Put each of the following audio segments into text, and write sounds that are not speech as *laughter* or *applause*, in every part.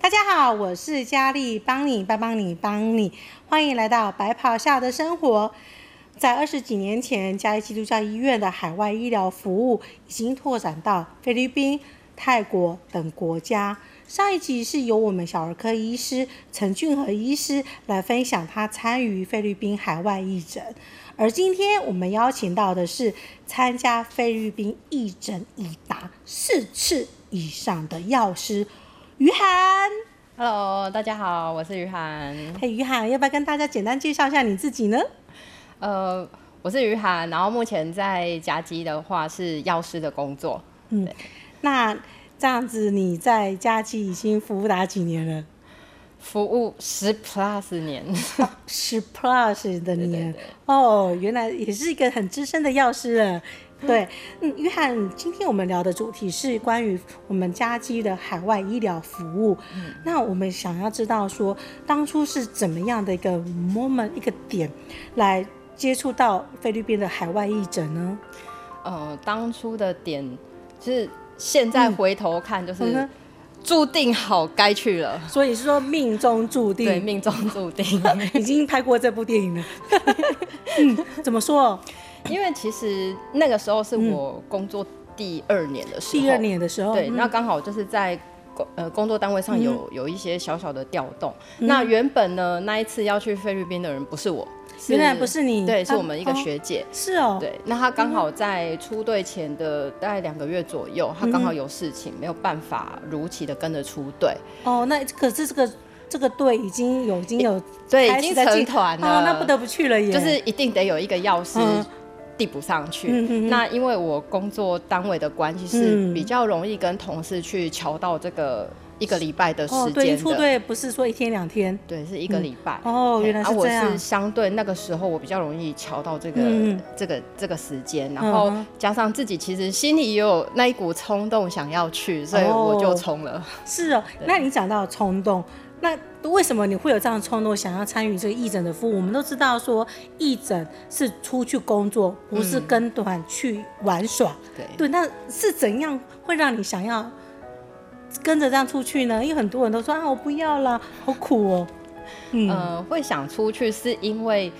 大家好，我是佳丽，帮你帮帮你帮你，欢迎来到白袍下的生活。在二十几年前，嘉义基督教医院的海外医疗服务已经拓展到菲律宾、泰国等国家。上一集是由我们小儿科医师陈俊和医师来分享他参与菲律宾海外义诊，而今天我们邀请到的是参加菲律宾义诊已达四次以上的药师于涵。 Hello，大家好，我是于涵。嘿，于涵，要不要跟大家简单介绍一下你自己呢？呃，我是于涵，然后目前在夹击的话是药师的工作。那这样子，你在佳记已经服务达几年了？服务十 plus 年， *laughs* 十 plus 的年啊对对对哦，原来也是一个很资深的药师了。对，嗯，约翰，今天我们聊的主题是关于我们家居的海外医疗服务。嗯那我们想要知道说，当初是怎么样的一个 moment 一个点，来接触到菲律宾的海外义诊呢？呃，当初的点就是现在回头看，嗯就是哼注定好该去了，所以是说命中注啊对，定，命中注 *laughs* 定。已经拍过这部电影了。 *laughs* 嗯，怎么说？因为其实那个时候是我工作第二年的时候，嗯第二年的时候，对，嗯那刚好就是在工呃工作单位上有、有一些小小的调动。嗯那原本呢，那一次要去菲律宾的人不是我，原来不是你，对，啊是我们一个哦学姐。是哦，对，那她刚好在出队前的大概两个月左右，嗯她刚好有事情，没有办法如期的跟着出队。哦，那可是这个这个队已经有已经有对开已始经在成进团了哦，那不得不去了耶，就是一定得有一个药师嗯递补上去。嗯嗯嗯那因为我工作单位的关系，是嗯比较容易跟同事去瞧到这个一个礼拜的时哦，对，一间出的。队不是说一天两天对，是一个礼拜。哦，嘿原来啊是我这样是，相对那个时候，我比较容易瞧到这个、嗯嗯这个这个时间，然后嗯哼加上自己其实心里也有那一股冲动想要去，所以哦我就冲了。是哦。那你讲到冲动，那为什么你会有这样的冲动，想要参与这个义诊的服务？我们都知道说义诊是出去工作，不嗯是跟团去玩耍。对，对，那是怎样会让你想要跟着这样出去呢？因为很多人都说啊，我不要了，好苦哦。嗯，呃，会想出去是因为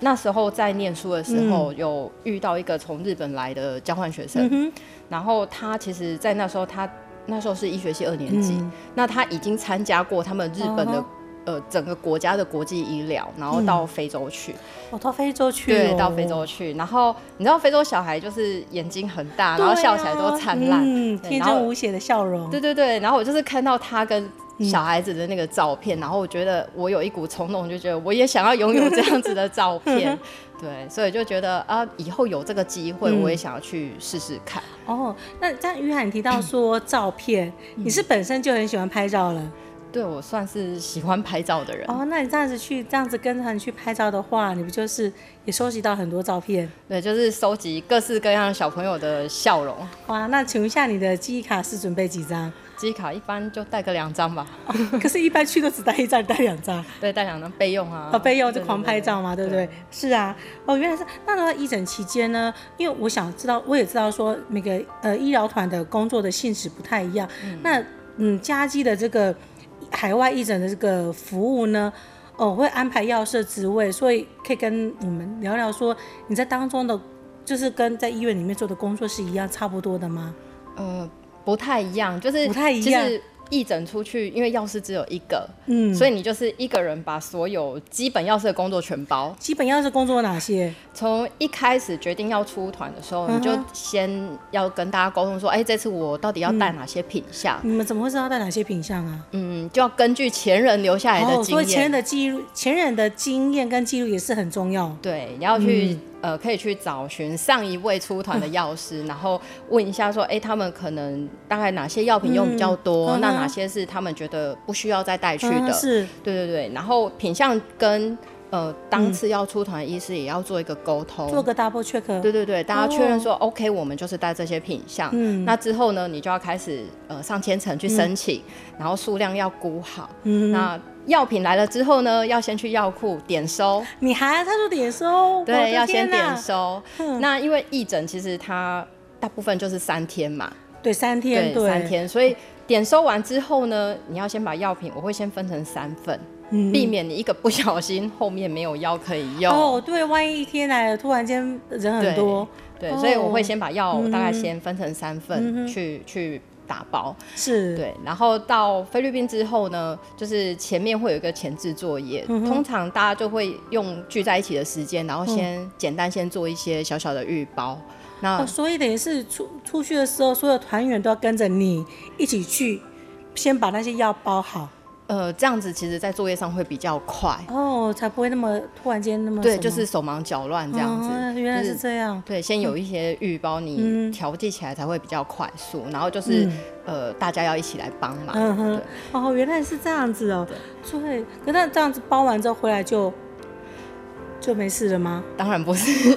那时候在念书的时候，有遇到一个从日本来的交换学生，嗯然后他其实，在那时候他那时候是医学系二年级，嗯那他已经参加过他们日本的、哦嗯呃整个国家的国际医疗，然后到非洲去。我到非洲去、哦对，到非洲，去。然后你知道非洲小孩就是眼睛很大，然后笑起来都灿烂，啊嗯，对天然后真无邪的笑容。对对对，然后我就是看到他跟嗯小孩子的那个照片，然后我觉得我有一股冲动，就觉得我也想要拥有这样子的照 *laughs* 片。对，所以就觉得啊，以后有这个机会，嗯我也想要去试试看。哦，那像于涵提到说照片，嗯你是本身就很喜欢拍照了。对我算是喜欢拍照的人，哦，那你这样子去，这样子跟着人去拍照的话，你不就是也收集到很多照片？对，就是收集各式各样小朋友的笑容。哇，那请问一下，你的记忆卡是准备几张？ *laughs* 机卡一般就带个两张吧，可是，一般去都只带一张，带两张。对，带两张备用啊，啊，备用就对狂拍照嘛，对不？对对？是啊，哦，原来是那的话，义诊期间呢，因为我想知道，我也知道说每个呃医疗团的工作的性质不太一样。那嗯，家基的这个海外义诊的这个服务呢，哦，会安排药社职位，所以可以跟我们聊聊说你在当中的，就是跟在医院里面做的工作是一样差不多的吗？呃，不太一样，就是不太一样其实义诊出去，因为药师只有一个，嗯，所以你就是一个人把所有基本药师的工作全包。基本药师工作有哪些？从一开始决定要出团的时候，嗯哼你就先要跟大家沟通说，哎、这次我到底要带哪些品项？你们怎么会知道带哪些品项啊？嗯，就要根据前人留下来的哦，所经以前人验。的记录、前人的经验跟记录也是很重要。对，你要嗯去、呃，可以去找寻上一位出团的药嗯师，然后问一下说，哎、他们可能大概哪些药品用比较嗯多，嗯哼啊那哪些是他们觉得不需要再带去的？嗯是对对对，然后品相跟呃，当次要出团的医师也要做一个沟通，做个 double check，哦对对对，大家确认说、OK，我们就是带这些品相。嗯那之后呢，你就要开始呃上千层去申请，然后数量要估好。嗯那药品来了之后呢，要先去药库点收，你还他说点收，我的对，要先哦天啊哪点，收。那因为义诊其实它大部分就是三天嘛，对，三天，对，三，天，所以点收完之后呢，你要先把药品，我会先分成三份，嗯避免你一个不小心后面没有药可以用。哦，对，万一一天来了，突然间人很对多，对，哦嗯所以我会先把药大概先分成三份去、去打包，是，对，然后到菲律宾之后呢，就是前面会有一个前置作业，嗯通常大家就会用聚在一起的时间，然后先简单先做一些小小的预包。那哦，所以等于是出出去的时候，所有团员都要跟着你一起去，先把那些药包好，呃，这样子其实在作业上会比较快，哦，才不会那么突然间那么对，什么就是手忙脚乱这样子。哦原来就是这样，对，先有一些预包，你嗯调剂起来才会比较快速。然后就是、呃，大家要一起来帮忙。嗯哼对，哦，原来是这样子哦，对，可那这样子包完之后回来就就没事了吗？当然 *laughs* 不是，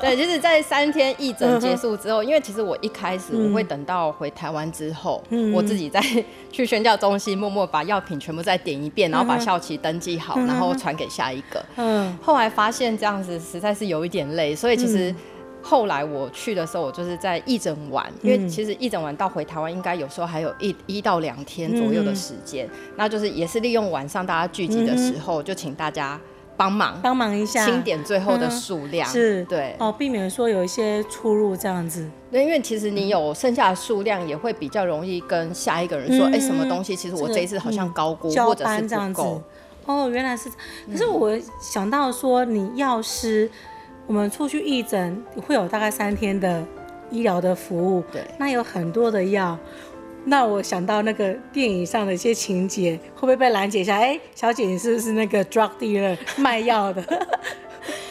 对，就是在三天义诊结束之嗯后，因为其实我一开始我会等到回台湾之后，嗯我自己再去宣教中心默默把药品全部再点一遍，然后把效期登记好，然后传给下一个。嗯，后来发现这样子实在是有一点累，所以其实后来我去的时候，我就是在义诊完，嗯因为其实义诊完到回台湾，应该有时候还有一一到两嗯天左右的时间，那就是也是利用晚上大家聚集的时候，就请大家帮忙帮忙一下，清点最后的数量，嗯是对。哦，避免说有一些出入这样子。对，因为其实你有剩下的数量，也会比较容易跟下一个人说，嗯哎、什么东西，其实我这一次好像高估、交或者是班这样不子够。。嗯哦，原来是，可是我想到说，你药师，我们出去义诊会有大概三天的医疗的服务，对那有很多的药。那我想到那个电影上的一些情节，会不会被拦截一下？哎、小姐，你是不是那个 drug dealer 卖药 *laughs* 的？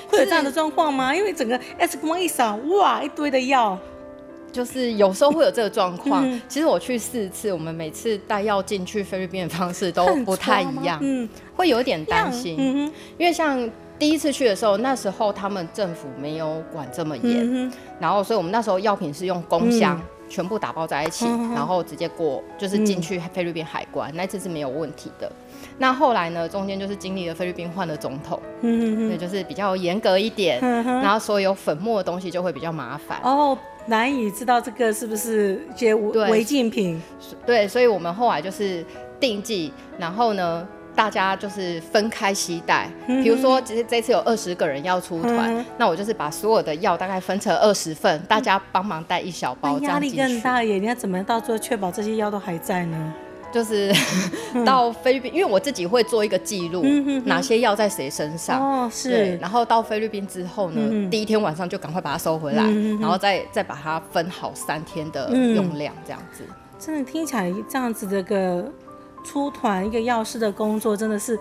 会有这样的状况吗？因为整个 X 光一扫，哇，一堆的药，就是有时候会有这个状况。嗯其实我去四次，我们每次带药进去菲律宾的方式都很不太抓吗一样，嗯，会有点担心。嗯因为像第一次去的时候，那时候他们政府没有管这么严，嗯然后所以我们那时候药品是用公箱。全部打包在一起，嗯然后直接过，就是进去菲律宾海关，那次是没有问题的。那后来呢，中间就是经历了菲律宾换了总统，哼，嗯对，就是比较严格一点，嗯哼然后所有粉末的东西就会比较麻烦。哦，难以知道这个是不是一些对违违禁品。对，所以我们后来就是定剂，然后呢，大家就是分开携带。比如说，其实这次有二十个人要出团，嗯那我就是把所有的药大概分成二十份，大家帮忙带一小包那这压样力进更去。大耶！你要怎么到最后确保这些药都还在呢？就是嗯 *laughs* 到菲律宾，因为我自己会做一个记录，哪些药在谁身上。哦，对，是，嗯然后到菲律宾之后呢，第一天晚上就赶快把它收回来，然后再再把它分好三天的嗯用量，这样子。真的听起来这样子的个出团一个药师的工作真的是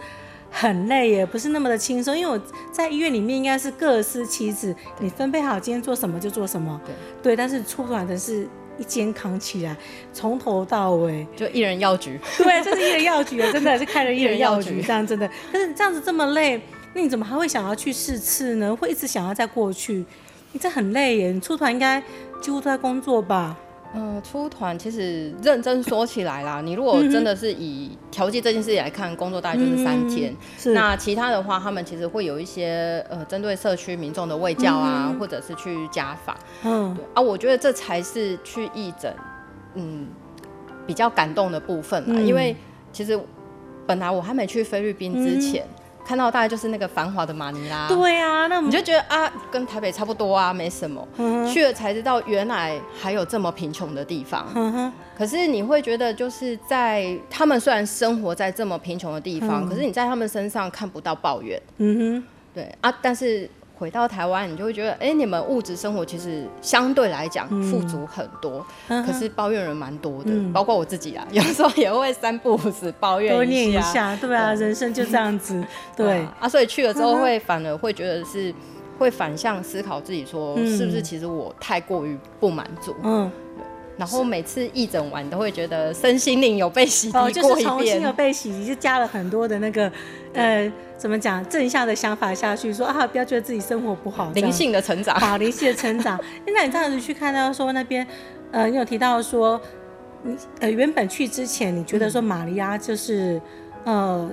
很累耶，不是那么的轻松。因为我在医院里面应该是各司其职，你分配好今天做什么就做什么。对，但是出团的是一肩扛起来，从头到尾。就一人药局。 *laughs* 对，这是一人药局，真的是开了一人药一人局，药局这样真的。但是你这样子这么累，那你怎么还会想要去试次呢？会一直想要再过去？你这很累耶，你出团应该几乎都在工作吧？嗯，出团其实认真说起来啦，你如果真的是以调剂这件事情来看，工作大概就是三天。嗯是那其他的话，他们其实会有一些呃，针对社区民众的卫教啊，或者是去家访嗯，啊，我觉得这才是去义诊，嗯，比较感动的部分啦。嗯因为其实本来我还没去菲律宾之前，看到大概就是那个繁华的马尼拉，嗯对啊，那我你们就觉得啊，跟台北差不多啊，没什么。嗯去了才知道，原来还有这么贫穷的地方。嗯哼，可是你会觉得，就是在他们虽然生活在这么贫穷的地方，可是你在他们身上看不到抱怨，嗯对啊。但是回到台湾，你就会觉得，哎、你们物质生活其实相对来讲嗯富足很多，可是抱怨人蛮多的，包括我自己啦，啊有时候也会三不五时抱哼，嗯怨多念一一下，对啊，人生就这样 *laughs* 子，对。嗯啊，所以去了之后会反而会觉得是会反向思考自己，说是不是其实我太过于不满足？嗯，然后每次一整晚都会觉得身心灵有被洗哦，涤就过是重一新遍。有被洗涤，就加了很多的那个呃，怎么讲正向的想法下去，说啊，不要觉得自己生活不好，这样灵性的成 *laughs* 长，好灵性的成长。那你当时去看到说那边，呃，你有提到说你呃原本去之前你觉得嗯说玛利亚就是、呃。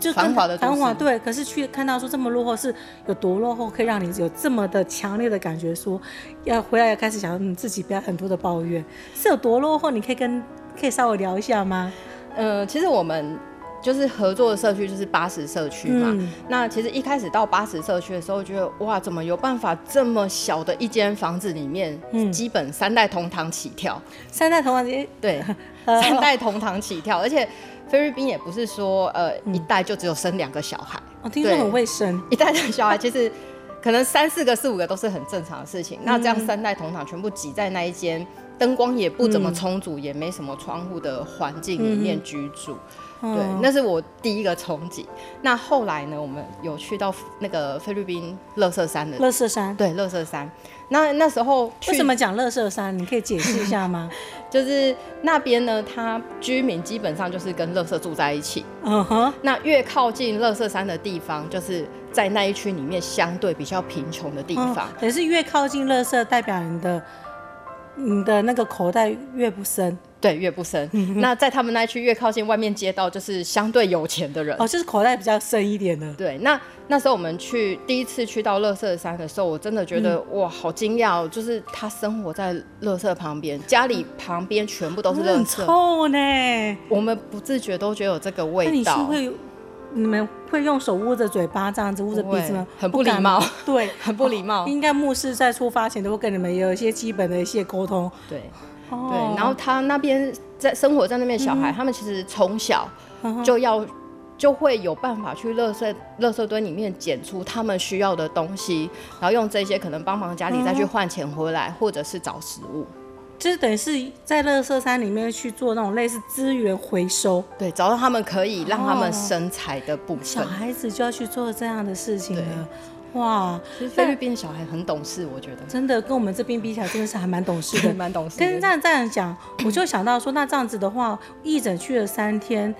就跟繁华的都市繁华对，可是去看到说这么落后是有多落后，可以让你有这么的强烈的感觉说，要回来开始想你自己不要很多的抱怨是有多落后，你可以跟可以稍微聊一下吗？呃，其实我们就是合作的社区就是八十社区嘛。嗯那其实一开始到八十社区的时候，觉得哇，怎么有办法这么小的一间房子里面，嗯基本三代同堂起跳？三代同堂节 *laughs* 对，呃三代同堂起跳，而且菲律宾也不是说呃嗯一代就只有生两个小孩， *laughs* 我听说对很卫生，一代的小孩其实可能三四个、四五个都是很正常的事情。那嗯这样三代同堂全部挤在那一间，灯光也不怎么充足，也没什么窗户的环境里面居住。嗯对，那是我第一个憧憬。那后来呢，我们有去到那个菲律宾乐色山的，乐色山。对，乐色山。那那时候去为什么讲乐色山？你可以解释一下 *laughs* 吗？就是那边呢？它居民基本上就是跟乐色住在一起。嗯哼，那越靠近乐色山的地方，就是在那一区里面相对比较贫穷的地嗯方。等于是越靠近乐色，代表你的你的那个口袋越不深对，越不深。嗯那在他们那一区越靠近外面街道，就是相对有钱的人。哦，就是口袋比较深一点的。对，那那时候我们去第一次去到乐色山的时候，我真的觉得、嗯哇，好惊讶哦！就是他生活在乐色旁边，家里旁边全部都是乐哦很色，臭呢。我们不自觉都觉得有这个那味你是道，会你们会用手捂着嘴巴这样子捂着鼻子吗不会？很不不礼敢吗貌对， *laughs* 很不礼貌。应该牧师在出发前都会跟你们有一些基本的一些沟通。对哦嗯对，然后他那边在生活在那边的小孩，他们其实从小就要。就会有办法去垃圾垃圾堆里面捡出他们需要的东西，然后用这些可能帮忙家里嗯再去换钱回来，或者是找食物。就是等于是在乐色山里面去做那种类似资源回收。对，找到他们可以让他们生财的部小分。孩子就要去做这样的事情了，哇！其实菲律宾小孩很懂事，我觉得真的跟我们这边比起来，真的是还蛮懂事的。蛮懂事跟这的。样这样讲，我就想到说，那这样子的话，义诊去了三天，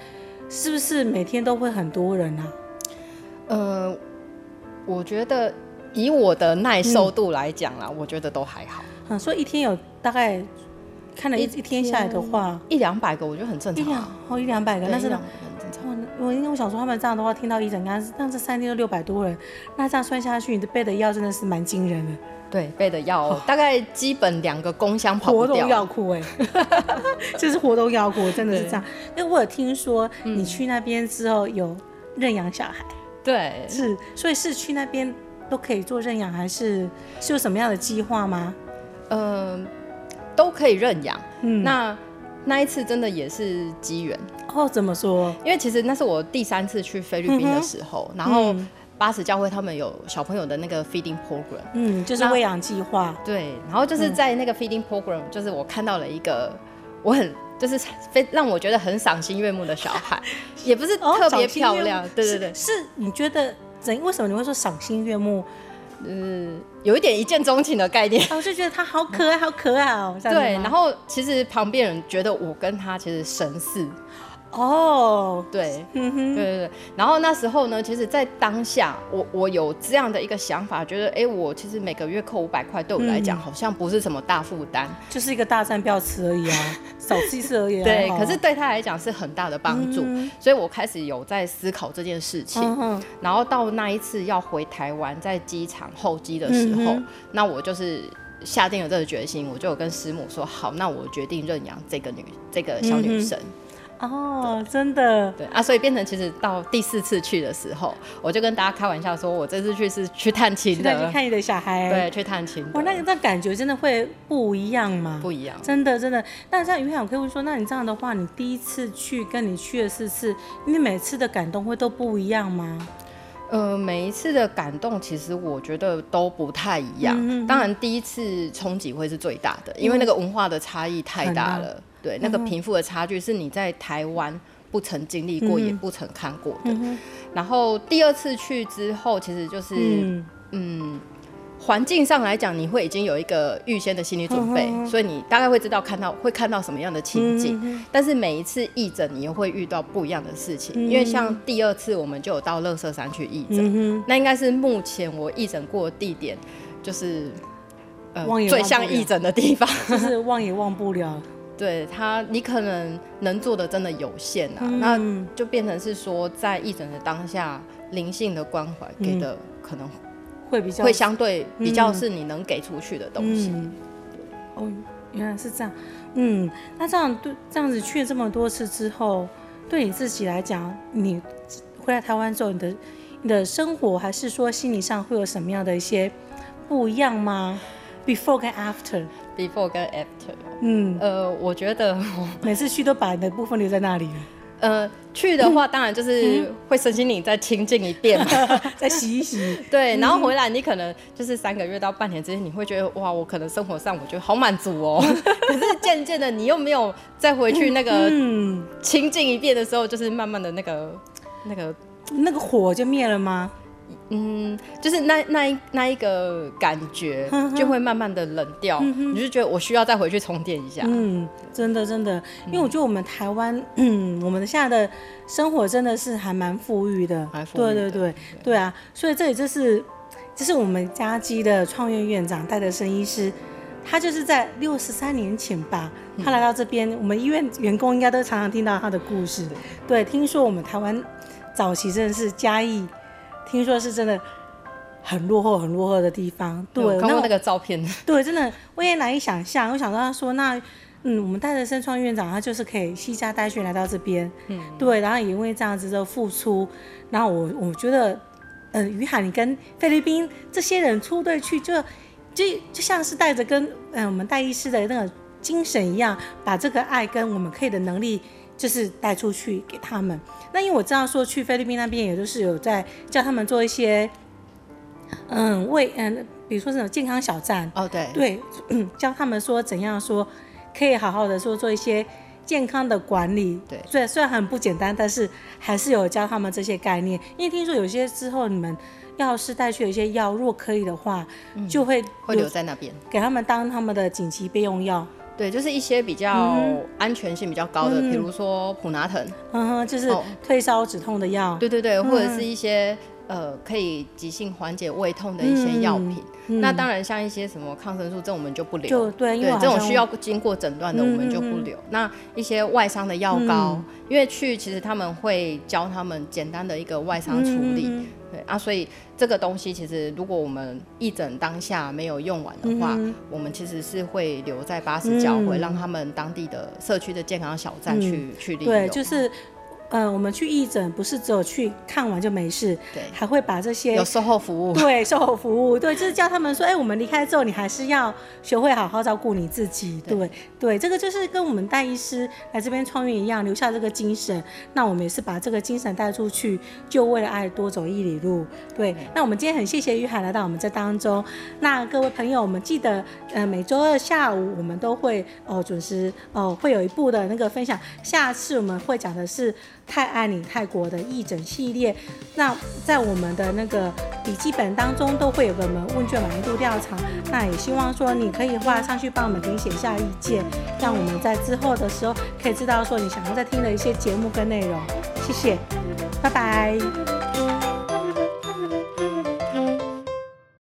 是不是每天都会很多人啊？呃，我觉得以我的耐受度来讲啦，我觉得都还好，嗯，所以一天有大概看了一一天下来的话，一两百个我觉得很正一常两啊。哦一两百个，对那是一两百个很正常。哇我因为我想说，他们这样的话，听到义诊，刚那这三天都六百多人，那这样算下去，你的备的药真的是蛮惊人的。对，备的药大概基本两个工箱哦跑活不动掉。药 *laughs* 库哎，就是活动药库，真的是这样。因为我有听说嗯你去那边之后有认养小孩，对，是，所以是去那边都可以做认养，还是是有什么样的计划吗？嗯、都可以认养。嗯，那那一次真的也是机缘，哦，怎么说？因为其实那是我第三次去菲律宾的时候，嗯然后八十教会他们有小朋友的那个 feeding program，嗯，就是那喂养计划，对，然后就是嗯在那个 feeding program，、就是我看到了一个我很就是非让我觉得很赏心悦目的小孩，也不是哦特别赏心漂悦目亮，*laughs* 对对对，是是你觉得怎？为什么你会说赏心悦目？有一点一见钟情的概念。啊，我就觉得他好可爱，好可爱哦。这样子对，吗然后其实旁边人觉得我跟他其实神似，哦，对，嗯哼，对对对，然后那时候呢，其实，在当下，我我有这样的一个想法，觉得，哎，我其实每个月扣五百块，对我来嗯讲、好像不是什么大负担，就是一个大战标吃而已啊，少吃一次而已啊。 *laughs* 对，哦可是对他来讲是很大的帮助，所以我开始有在思考这件事情。嗯哼。然后到那一次要回台湾，在机场候机的时嗯候，那我就是下定了这个决心，我就有跟师母说，好，那我决定认养这个女这个小嗯女生。哦，真的，对啊，所以变成其实到第四次去的时候，我就跟大家开玩笑说，我这次去是去探亲那去的，看你的小孩，，对，去探亲的，哎哇，那个那感觉真的会不一样嘛？不一样。真的真的。那像于海，我可以问说，那你这样的话，你第一次去跟你去了四次，你每次的感动会都不一样吗？呃，每一次的感动，其实我觉得都不太一嗯样。当然，第一次冲击会是最大的，因为那个文化的差异太大了。对，嗯那个贫富的差距是你在台湾不曾经嗯历过，也不曾看嗯嗯过环境上来讲，你会已经有一个预先的心理嗯准备，所以你大概会知道看到会看到什么样的情景。嗯但是每一次义诊，你又会遇到不一样的事情，嗯因为像第二次我们就有到乐色山去义诊，那应该是目前我义诊过的地点，就是呃忘也忘最不像了义诊的地方。 *laughs* 就是忘也忘不了。对他，你可能能做的真的有限啊，嗯那就变成是说，在义诊的当下，灵性的关怀给嗯的可能会比较会相对比较是你能给出去的东西。嗯，哦，原来是这样。嗯，那这样对这样子去了这么多次之后，对你自己来讲，你回来台湾之后，你的你的生活还是说心理上会有什么样的一些不一样吗？Before 跟 After， Before 跟 After，嗯，呃，我觉得 *laughs* 我每次去都把你的部分留在那里了， *laughs* 呃去的话，当然就是嗯会身心灵再清静一遍嘛。 *laughs* 再洗一洗。对，然后回来你可能就是三个月到半年之间，你会觉得哇，我可能生活上我觉得好满足 *laughs* 哦。可是渐渐的，你又没有再回去那个嗯，清静一遍的时候，就是慢慢的那个那个，那个火就灭了吗？嗯，就是那那一那一个感觉嗯就会慢慢的冷掉，你就觉得我需要再回去充电一下。嗯，真的真的，因为我觉得我们台湾， *clears throat* 嗯，我们的现在的生活真的是还蛮富裕的，蛮富裕的对对对对啊，所以这里就是，这是我们家基的创院院长戴德生医师，他就是在六十三年前吧，嗯他来到这边，我们医院员工应该都常常听到他的故事，对，听说我们台湾早期真的是嘉义，听说是真的。很落后、很落后的地方，对，我看那过那个照片， *laughs* 对，真的我也难以想象。我想到他说，那嗯，我们带着生创院长，他就是可以惜家带眷来到这边，嗯，对，然后也因为这样子的付出，然后我我觉得，呃，于海你跟菲律宾这些人出队去就，就就像是带着跟嗯、呃我们戴医师的那个精神一样，把这个爱跟我们可以的能力。就是带出去给他们。那因为我知道说去菲律宾那边，也就是有在叫他们做一些，嗯，为嗯，比如说那种健康小站，哦对，对，嗯教他们说怎样说可以好好的说做一些健康的管理。对虽然虽然很不简单，但是还是有教他们这些概念。因为听说有些之后你们要是带去有一些药，如果可以的话，就会嗯会留在那边。给他们当他们的紧急备用药。对，就是一些比较安全性比较高的，比如说普拿疼，嗯哼，就是哦退烧止痛的药。对对对，或者是一些呃可以急性缓解胃痛的一些药品。那当然像一些什么抗生素，这种我们就不留。嗯就对，因为对好这种像嗯需要经过诊断的，我们就不留。那一些外伤的药膏，因为去其实他们会教他们简单的一个外伤处嗯理，对啊，所以这个东西其实如果我们义诊当下没有用完的话，嗯我们其实是会留在八十教会，让他们当地的社区的健康小站去、去利用。嗯对，就是。嗯，我们去义诊不是只有去看完就没事，对还会把这些有售后服务。对，售后服务，对，就是叫他们说，哎、我们离开之后，你还是要学会好好照顾你自己。对，对，这个就是跟我们戴医师来这边创业一样，留下这个精神。那我们也是把这个精神带出去，就为了爱多走一里路。对，那我们今天很谢谢于海来到我们这当中。那各位朋友，我们记得，呃，每周二下午我们都会哦、呃准时哦、呃会有一部的那个分享。下次我们会讲的是《太爱你泰国》的义诊系列。那在我们的那个笔记本当中都会有个我们问卷满意度调查，那也希望说你可以画上去帮我们填写一下意见，让我们在之后的时候可以知道说你想要再听的一些节目跟内容。谢谢，拜拜。